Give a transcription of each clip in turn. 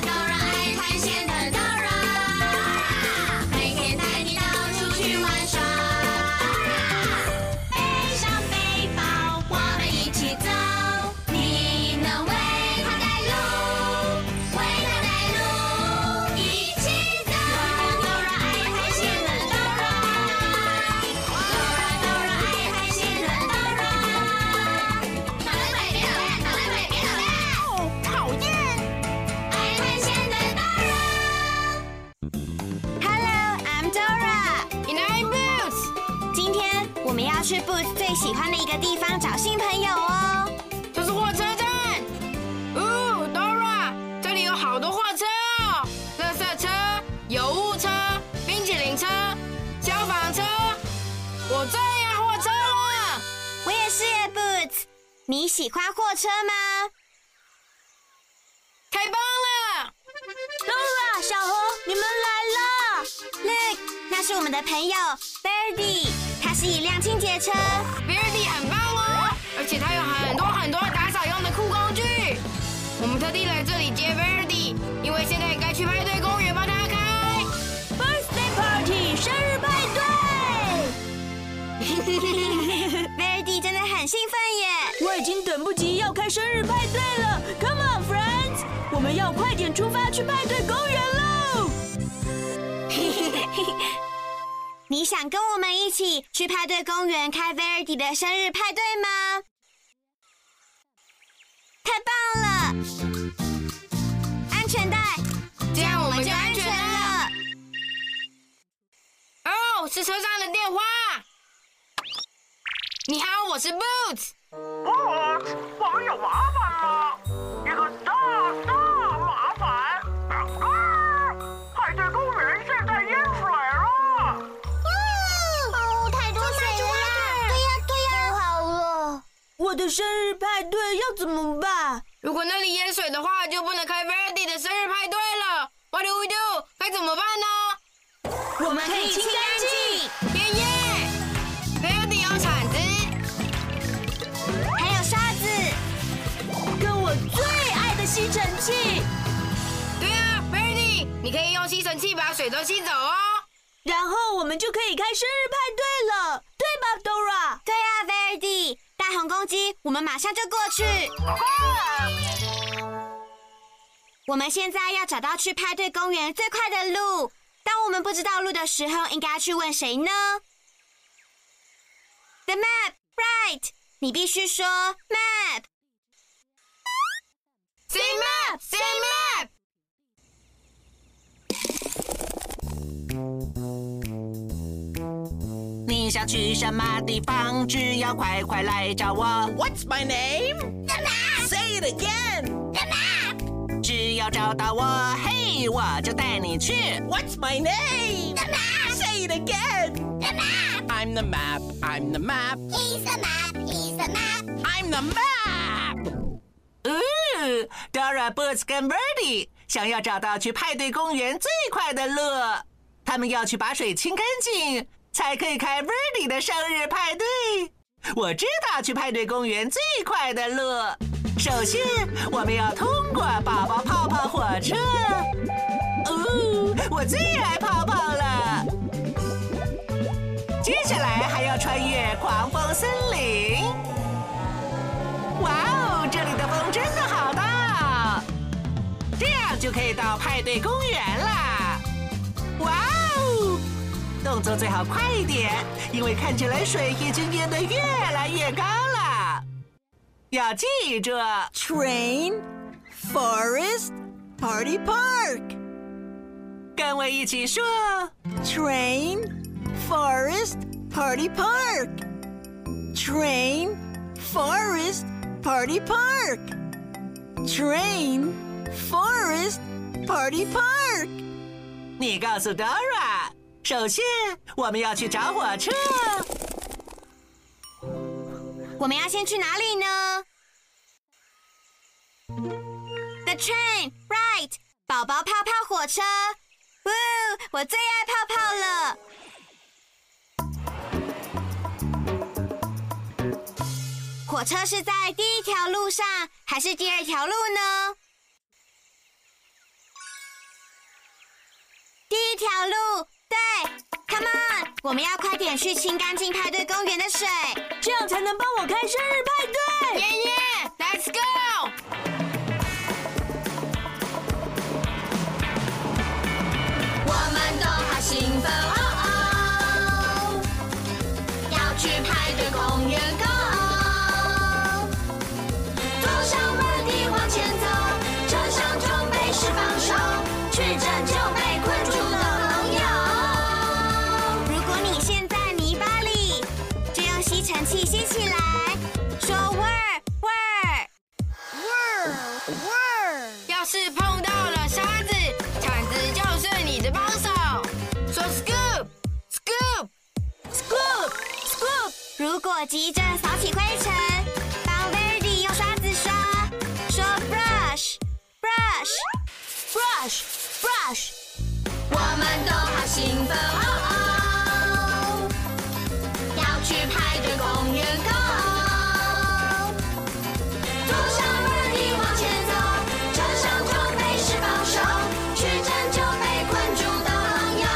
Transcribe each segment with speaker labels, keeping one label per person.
Speaker 1: 啊去 Boots 最喜欢的一个地方找新朋友哦，
Speaker 2: 这是火车站。哦，Dora，这里有好多货车哦，垃圾车、油物车、冰淇淋车、消防车。我最爱货车了。
Speaker 1: 我也是耶，Boots。你喜欢货车吗？
Speaker 2: 太棒了
Speaker 3: ！Dora，小猴，你们来了。
Speaker 1: Look，那是我们的朋友 Birdy。它是一辆清洁车
Speaker 2: ，Birdy 很棒哦，而且它有很多很多打扫用的酷工具。我们特地来这里接 Birdy，因为现在该去派对公园帮他开
Speaker 3: birthday party 生日 派
Speaker 1: 对。Birdy 真的很兴奋耶！
Speaker 3: 我已经等不及要开生日派对了，Come on friends，我们要快点出发去派对公园喽！
Speaker 1: 你想跟我们一起去派对公园开 Verdi 的生日派对吗？太棒了！安全带，
Speaker 2: 这样我们就安全了。哦，是车上的电话。你好，我是 Boots。
Speaker 4: Boots，我们有麻烦了，一个大大麻烦！啊，派对公园现在淹水了。
Speaker 3: 哦我的生日派对要怎么办？
Speaker 2: 如果那里淹水的话，就不能开 Verdi 的生日派对了。What do we do？该怎么办
Speaker 3: 呢？我们可以清干净。
Speaker 2: 耶耶！Verdi 有铲子，
Speaker 1: 还有刷子，
Speaker 3: 跟我最爱的吸尘器。
Speaker 2: 对啊，Verdi，你可以用吸尘器把水都吸走哦。
Speaker 3: 然后我们就可以开生日派对了，对吧，Dora？
Speaker 1: 对啊，Verdi。大红公鸡，我们马上就过去。我们现在要找到去派对公园最快的路。当我们不知道路的时候，应该去问谁呢？The map, right？你必须说 map。
Speaker 2: Say map, say map。
Speaker 5: 你想去什么地方？只要快快来找我。
Speaker 6: What's my name?
Speaker 7: The map.
Speaker 6: Say it again.
Speaker 7: The map.
Speaker 5: 只要找到我，嘿，我就带你去。
Speaker 6: What's my name?
Speaker 7: The map.
Speaker 6: Say it again.
Speaker 7: The map.
Speaker 6: I'm the map. I'm the map.
Speaker 7: He's the map. He's the map.
Speaker 6: I'm the map.
Speaker 5: 嗯，Dora Boots 跟 Birdy 想要找到去派对公园最快的路，他们要去把水清干净。才可以开 Verdi 的生日派对。我知道去派对公园最快的路。首先，我们要通过宝宝泡泡火车。哦，我最爱泡泡了。接下来还要穿越狂风森林。哇哦，这里的风真的好大！这样就可以到派对公园啦。哇哦！动作最好快一点，因为看起来水已经淹得越来越高了。要记住
Speaker 8: ，Train Forest Party Park，
Speaker 5: 跟我一起说
Speaker 8: ，Train Forest Party Park，Train Forest Party Park，Train Forest Party Park。
Speaker 5: 你告诉 Dora。首先我们要去找火车。
Speaker 9: 我们要先去哪里呢？The train, right？宝宝泡泡火车，呜，我最爱泡泡了。火车是在第一条路上还是第二条路呢？第一条路，对，Come on，我们要快点去清干净派对公园的水。
Speaker 10: 这样才能帮我开生日派对。
Speaker 2: 爷爷，Let's go！
Speaker 1: 我们都好兴奋哦哦，要去派对公园 go 哦。走上马蹄往前走，穿上装备是放手，去拯救被困住的朋友。
Speaker 9: 如果你陷在泥巴里，就用吸尘器吸起来，说 w o r w o r
Speaker 2: 要是碰到了沙子，铲子就是你的帮手。说 scoop，scoop，scoop，scoop。
Speaker 9: 如果急着扫起灰尘，帮 Verdi 用刷子刷，说 brush，brush。
Speaker 10: Brush, brush，
Speaker 1: 我们都好兴奋哦哦，要去派对公园 go。涂上马蹄往前走，穿上装备是帮手，去拯救被困住的朋友。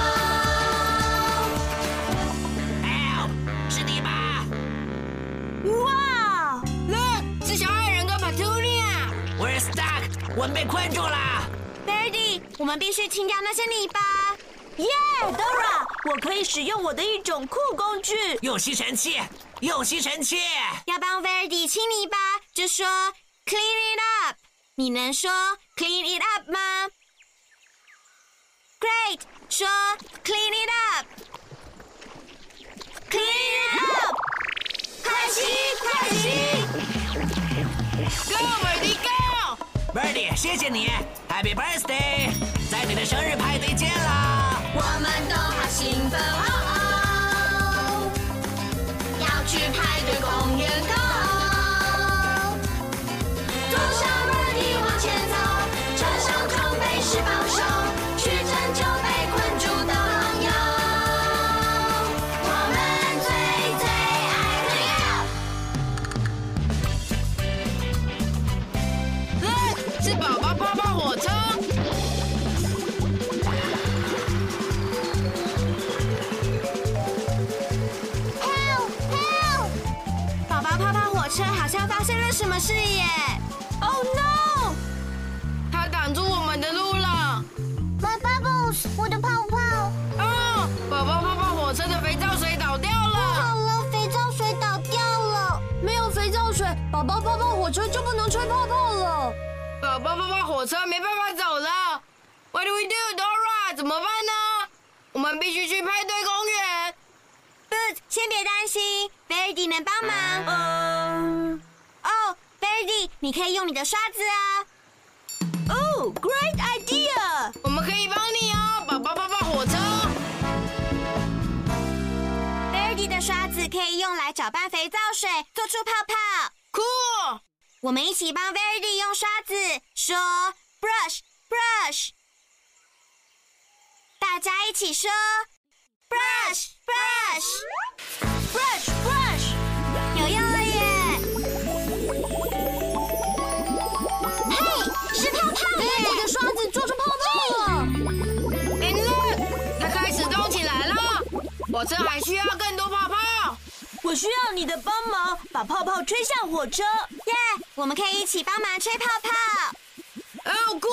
Speaker 10: 哇！
Speaker 2: Look，是小矮人跟 Petunia。
Speaker 5: We're stuck，我们被困住了。
Speaker 9: Verdi，我们必须清掉那些泥巴。
Speaker 10: 耶、yeah,，Dora，我可以使用我的一种酷工具。
Speaker 5: 用吸尘器，用吸尘器。
Speaker 9: 要帮 Verdi 清泥巴，就说 clean it up。你能说 clean it up 吗？Great，说 clean it up，clean it up，快吸快吸。
Speaker 2: Go, Verdi, go！
Speaker 5: Birdy，谢谢你，Happy Birthday，在你的生日派对见啦！
Speaker 1: 我们都好兴奋哦哦，要去派对公园 go。涂上马蹄往前走，穿上装备是帮手，去拯救被困住的朋友。我们最最爱朋友。
Speaker 2: Look，是嗯宝宝泡泡火车。
Speaker 9: Help! Help! 宝宝泡泡火车好像发生了什么事耶！Oh no！
Speaker 2: 它挡住我们的路了。
Speaker 9: My bubbles，我的泡泡，
Speaker 2: 哦，宝宝泡泡火车的肥皂水倒掉了。
Speaker 9: 了，肥皂水倒掉了。
Speaker 10: 没有肥皂水，宝宝泡泡火车就不能吹泡泡了。
Speaker 2: 宝宝泡泡火车没办法走了。What do we do, Dora？怎么办呢？我们必须去派对公园。
Speaker 9: Boot，先别担心，Verdi 能帮忙。
Speaker 10: 嗯、
Speaker 9: 哦，Verdi，你可以用你的刷子啊。
Speaker 10: 哦，Great idea！
Speaker 2: 我们可以帮你哦，宝宝泡泡火车。
Speaker 9: Verdi 的刷子可以用来搅拌肥皂水，做出泡泡。
Speaker 2: Cool。
Speaker 9: 我们一起帮 Verdi 用刷子说 brush brush，大家一起说 brush brush，
Speaker 10: Brush, brush，
Speaker 9: 有用了耶！嘿，是泡泡耶！
Speaker 10: 我的刷子做出泡泡了。
Speaker 2: And look，它开始动起来了。火车还需要更多泡泡。
Speaker 10: 我需要你的帮忙，把泡泡吹向火车。
Speaker 9: 耶我们可以一起帮忙吹泡泡。
Speaker 2: 哦，酷！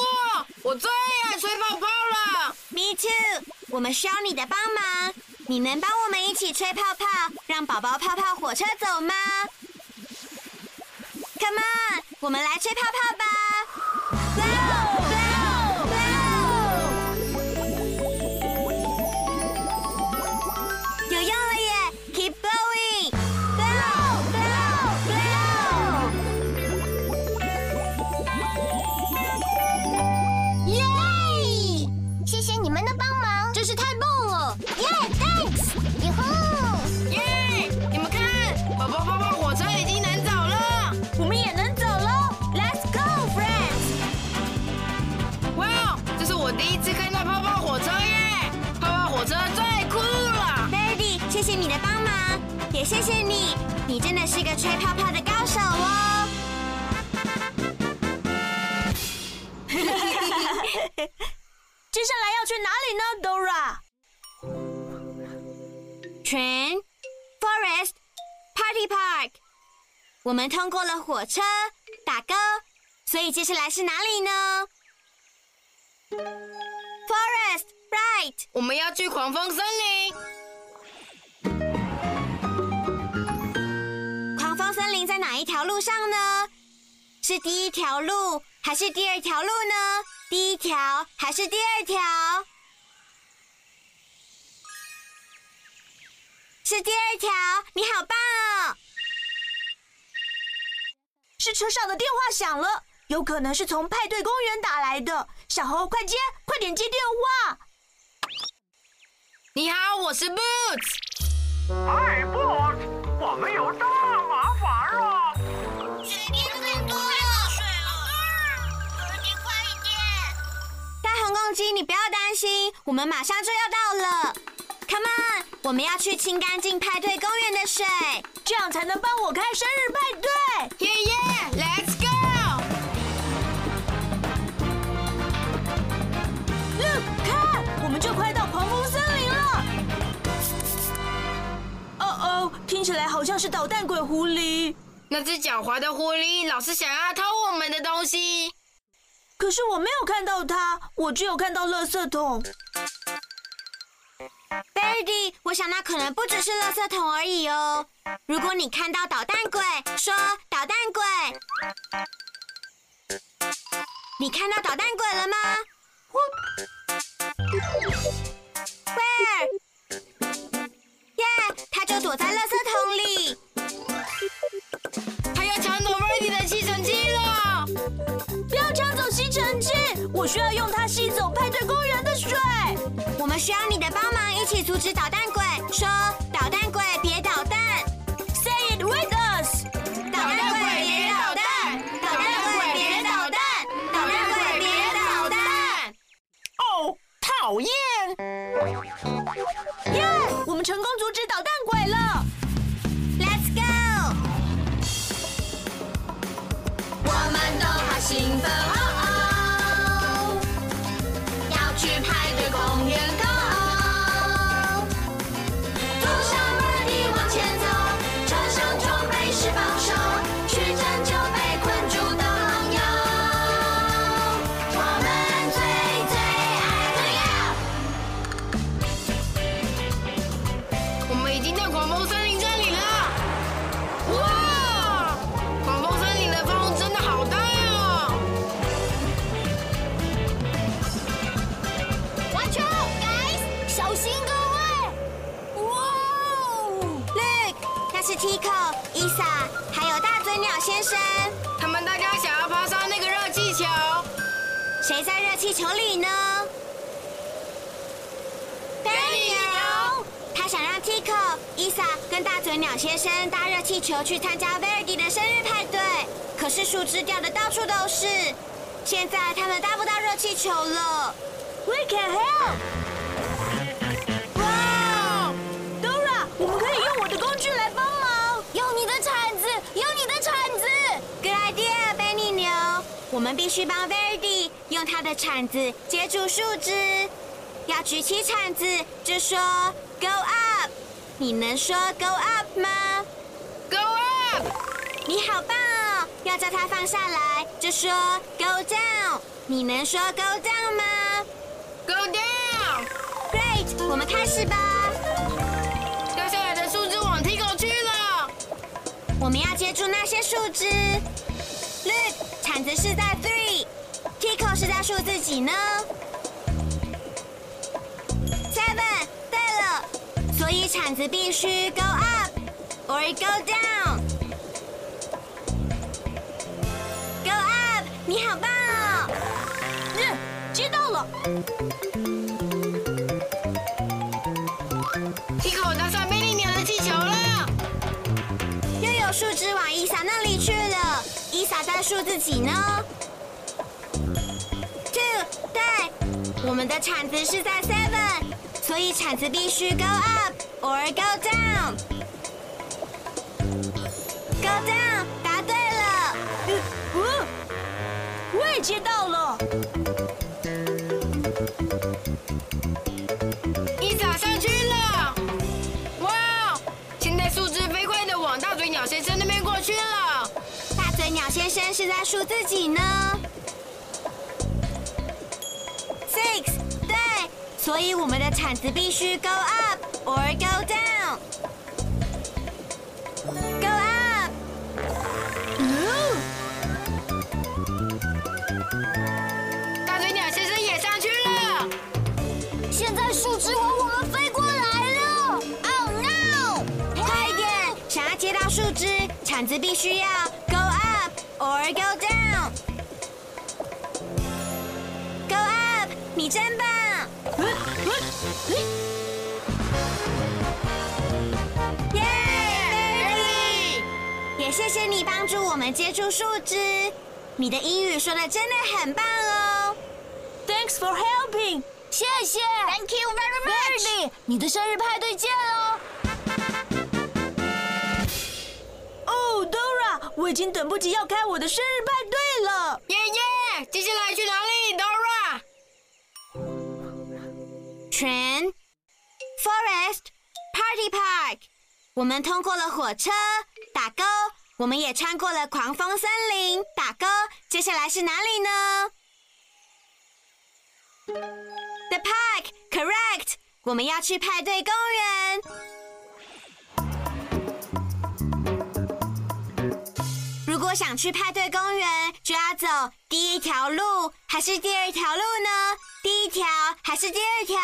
Speaker 2: 我最爱吹泡泡了。
Speaker 9: Me too，我们需要你的帮忙，你能帮我们一起吹泡泡，让宝宝泡泡火车走吗？Come on，我们来吹泡泡吧！Blow blow blow，有用了耶！Keep blowing，blow blow blow。耶！谢谢你们的帮忙，真是太棒了！耶！谢你的帮忙，也谢谢你，你真的是个吹泡泡的高手哦。
Speaker 10: 接下来要去哪里呢，Dora？
Speaker 9: Train, Forest, Party Park。我们通过了火车、打歌，所以接下来是哪里呢？Forest, right？
Speaker 2: 我们要去狂风森林。
Speaker 9: 狂风森林在哪一条路上呢？是第一条路还是第二条路呢？第一条还是第二条？是第二条，你好棒哦！
Speaker 10: 是车上的电话响了，有可能是从派对公园打来的。小猴，快接，快点接电话！
Speaker 2: 你好，我是 Boots。
Speaker 4: 哎，不，我们有大麻烦了。
Speaker 1: 水变更多了，水了，哥，你快一点！
Speaker 9: 大红公鸡，你不要担心，我们马上就要到了。Come on，我们要去清干净派对公园的水。
Speaker 10: 这样才能帮我开生日派对。
Speaker 2: 耶耶，Let's go！
Speaker 10: Look，看，我们就快到狂风森林了。哦哦，听起来好像是捣蛋鬼狐狸。
Speaker 2: 那只狡猾的狐狸老是想要偷我们的东西。
Speaker 10: 可是我没有看到它，我只有看到垃圾桶。
Speaker 9: b i r d y 我想那可能不只是垃圾桶而已哦。如果你看到捣蛋鬼，说捣蛋鬼。你看到捣蛋鬼了吗？Where？耶、他就躲在垃圾桶里。
Speaker 2: 他要抢走 Verdi 的吸尘器了。
Speaker 10: 不要抢走吸尘器，我需要用它吸走派对公园的水。
Speaker 9: 我们需要你的帮忙，一起阻止捣蛋鬼。说捣蛋鬼，别捣蛋。
Speaker 10: Say it with us。
Speaker 9: 捣蛋鬼别捣蛋，捣蛋鬼别捣蛋，捣蛋鬼别捣蛋。
Speaker 5: 哦，讨厌！
Speaker 10: 耶、我们成功阻止捣蛋鬼了。
Speaker 9: Let's go！
Speaker 1: 我们都好兴奋哦哦，要去派对公园 go。走上 Birdy 往前走，穿上装备是帮手，去拯救被困住的朋友。我们最最爱朋友。
Speaker 2: 我们已经到狂风森林这里了。哇，狂风森林的风真的好大哦！
Speaker 1: Watch out, guys！小心各位！哇哦！
Speaker 9: Look，那是 Tico、Isa，还有大嘴鸟先生。
Speaker 2: 他们大家想要爬上那个热气球，
Speaker 9: 谁在热气球里呢 d a n 他想让 Tico、Isa 跟大嘴鸟先生搭热气球去参加 Verdi 的生日派对，可是树枝掉的到处都是。现在他们搭不到热气球了。
Speaker 10: We can help。哇，Dora，我们可以用我的工具来帮忙。
Speaker 9: 用你的铲子，用你的铲子。Good idea，贝尼牛。我们必须帮 Verdi 用他的铲子接住树枝。要举起铲子，就说 Go up。你能说 Go up 吗
Speaker 2: ，Go up！
Speaker 9: 你好棒哦！要叫他放下来，就说 Go down。你能说 Go down 吗
Speaker 2: Go down！
Speaker 9: ？Great，我们开始吧。
Speaker 2: 掉下来的树枝往 Tico 去了。
Speaker 9: 我们要接住那些树枝。Look，铲子是在 three，Tico 是在数字几呢？Seven。对了，所以铲子必须 go up or go down。Go up，你好棒哦！
Speaker 10: 嗯，知道了。
Speaker 2: Tico 搭上贝利鸟的气球了。
Speaker 9: 又有树枝往伊莎那里去了。伊莎在数字几呢？Two。对，我们的铲子是在 seven，所以铲子必须 go up or go down。go down，答对了。
Speaker 10: 呃哦，我也接到了。
Speaker 2: 一撒上去了，哇！现在树枝飞快的往大嘴鸟先生那边过去了。
Speaker 9: 大嘴鸟先生是在数自己呢。six，对，所以我们的铲子必须 go up or go down。go up。
Speaker 2: 大嘴鸟先生也上去了，
Speaker 9: 现在树枝往我们飞过来了！Oh no！快一点，想要接到树枝，铲子必须要 go up or go down。Go up，你真棒！
Speaker 10: 呃呃呃
Speaker 9: 耶、b e r r y 也谢谢你帮助我们接触树枝，你的英语说的真的很棒哦。
Speaker 10: Thanks for helping，
Speaker 9: 谢谢，Thank you very much。
Speaker 10: Bernie，你的生日派对见喽！哦，Dora，我已经等不及要开我的生日派对了。
Speaker 2: 耶耶！接下来去哪里，Dora？
Speaker 9: Tran Forest Party Park，我们通过了火车，打勾；我们也穿过了狂风森林，打勾。接下来是哪里呢？The Park Correct，我们要去派对公园。如果想去派对公园，就要走第一条路还是第二条路呢？第一条还是第二条？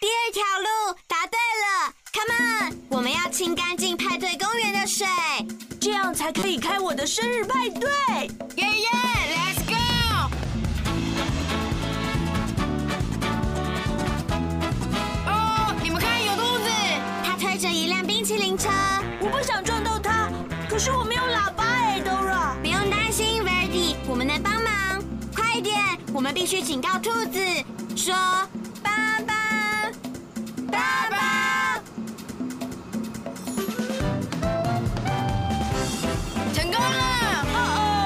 Speaker 9: 第二条路，答对了！Come on，我们要清干净派对公园的水。
Speaker 10: 这样才可以开我的生日派对。
Speaker 2: 耶耶，Let's go！哦，你们看有兔子，
Speaker 9: 他推着一辆冰淇淋车，
Speaker 10: 我不想撞到它，可是我没有喇叭哎，Dora。
Speaker 9: 不用担心，Verdi，我们能帮忙。快一点，我们必须警告兔子，说爸爸，爸爸。
Speaker 2: 成功了！
Speaker 10: 哦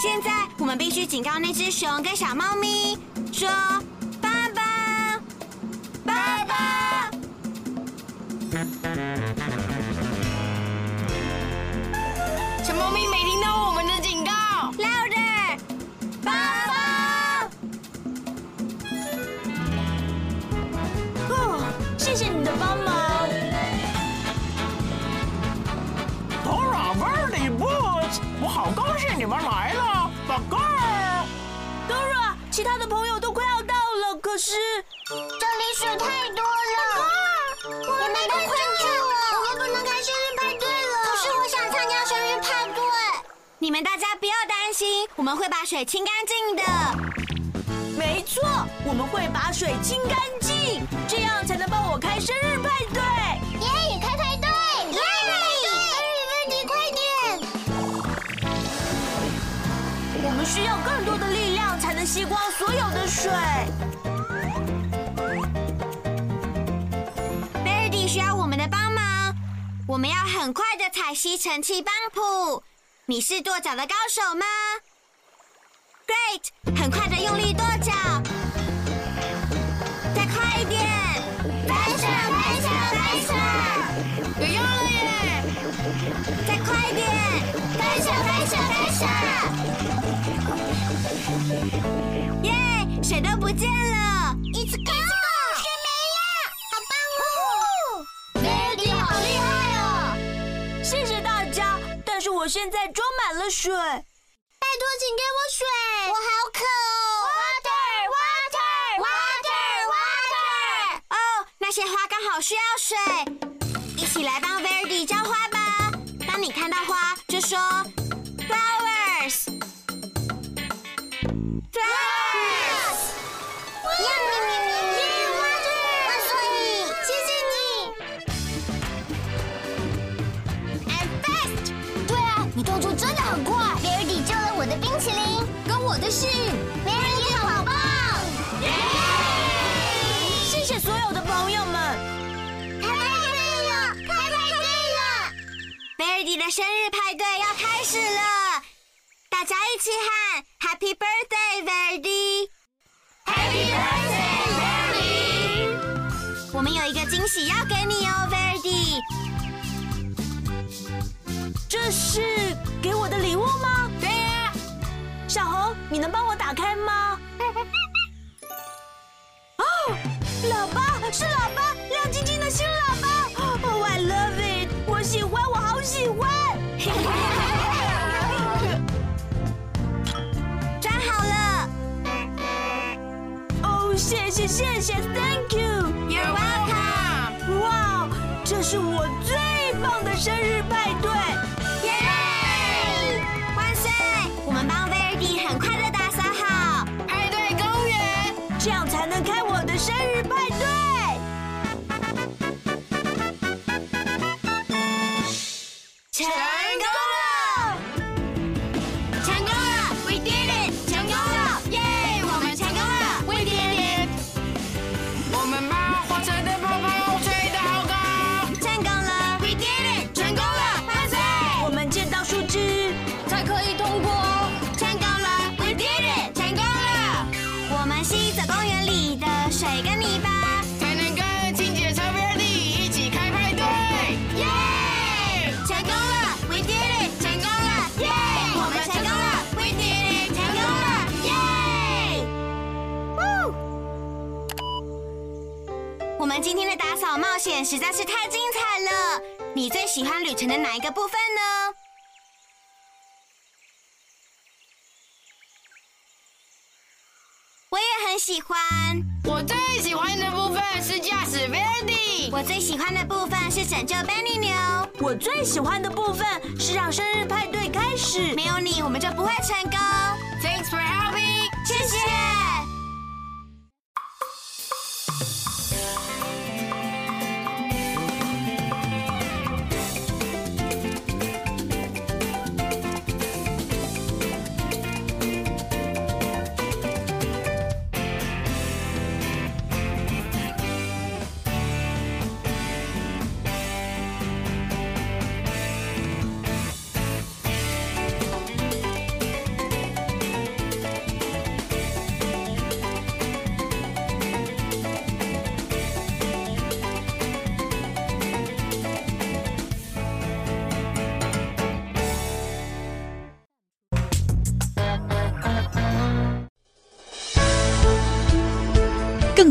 Speaker 9: 现在我们必须警告那只熊跟小猫咪，说爸爸，爸爸。
Speaker 2: 小猫咪没听到我们的警告。
Speaker 9: Louder，爸爸。
Speaker 10: 哦哦，谢谢你的帮忙。
Speaker 4: Dora Verdi Woods，我好高兴你们来了，宝贝儿。
Speaker 10: Dora，其他的朋友都快要到了，可是
Speaker 1: 这里水太多了，我们被困住了，我们不能开生日派对了。可是我想参加生日派对，
Speaker 9: 你们大家不要担心，我们会把水清干净的。
Speaker 10: 没错，我们会把水清干净，这样才能帮我开生日派对。
Speaker 1: 耶！开派对，哎耶！生日派对，快点！
Speaker 10: 我们需要更多的力量才能吸光所有的水。
Speaker 9: Birdy 需要我们的帮忙，我们要很快的采吸尘器帮谱。你是跺脚的高手吗？Great，很快的用力跺脚，再快一点！拍手，拍手，拍手！
Speaker 2: 有用了耶！
Speaker 9: 再快一点！拍手，拍手，拍手！耶，水都不见了！一次 go，水
Speaker 1: 啊
Speaker 9: 没了，好棒哦！
Speaker 1: Verdi 好厉害哦！
Speaker 10: 谢谢大家，但是我现在装满了水。
Speaker 1: 拜托，请给我水，我好渴哦。Water, water, water, water。
Speaker 9: 哦，那些花刚好需要水，一起来帮 Verdi 浇花吧。当你看到花，就说 flowers。flowers。
Speaker 1: 耶耶耶！Water，万岁！谢谢你。I'm fast。对啊，你动作真的很快。Verdi 救了我的冰淇淋，跟我的是。Verdi 好棒！耶！的生日派对要开始了，大家一起喊 Happy Birthday Verdi。Happy Birthday Verdi！我们有一个惊喜要给你哦，Verdi。
Speaker 9: 这是给我的礼物吗？
Speaker 2: 对呀、
Speaker 9: 小红，你能帮我打开吗？ 哦，喇叭是喇叭，亮晶晶的新喇叭。Oh, I love it，我喜欢，我好喜欢。
Speaker 1: 装好了
Speaker 9: 哦，谢谢谢谢，Thank you。
Speaker 2: You're welcome。
Speaker 9: 哇，这是我最棒的生日派对！
Speaker 1: 耶！万岁！我们帮 Verdi 很快的打扫好。
Speaker 2: 派对公园，
Speaker 9: 这样才能开我的生日派对。
Speaker 1: 成功了！成功了！We did it！成功了！耶！我们成功了！We did it！
Speaker 2: 我们把火车的泡泡吹得好高，
Speaker 1: 成功了！We did it！成功了！万岁！
Speaker 9: 我们见到树枝，
Speaker 1: 才可以通过。哦成功了！We did it！成功了！我们是走公园里的水跟泥巴。
Speaker 2: 才能跟清洁车 Verdi 一起开派对。
Speaker 1: 耶！成功了！We did it！成功了！耶！我们成功了！We did it！成功了！耶！我们今天的打扫冒险实在是太精彩了。你最喜欢旅程的哪一个部分呢？我也很喜欢。
Speaker 2: 我最喜欢的部分是驾驶 Verdi。
Speaker 1: 我最喜欢的部分是拯救 Benny 牛。
Speaker 9: 我最喜欢的部分是让生日派对开始。
Speaker 1: 没有你，我们就不会成功。
Speaker 2: Thanks for helping。
Speaker 1: 谢谢。
Speaker 3: 更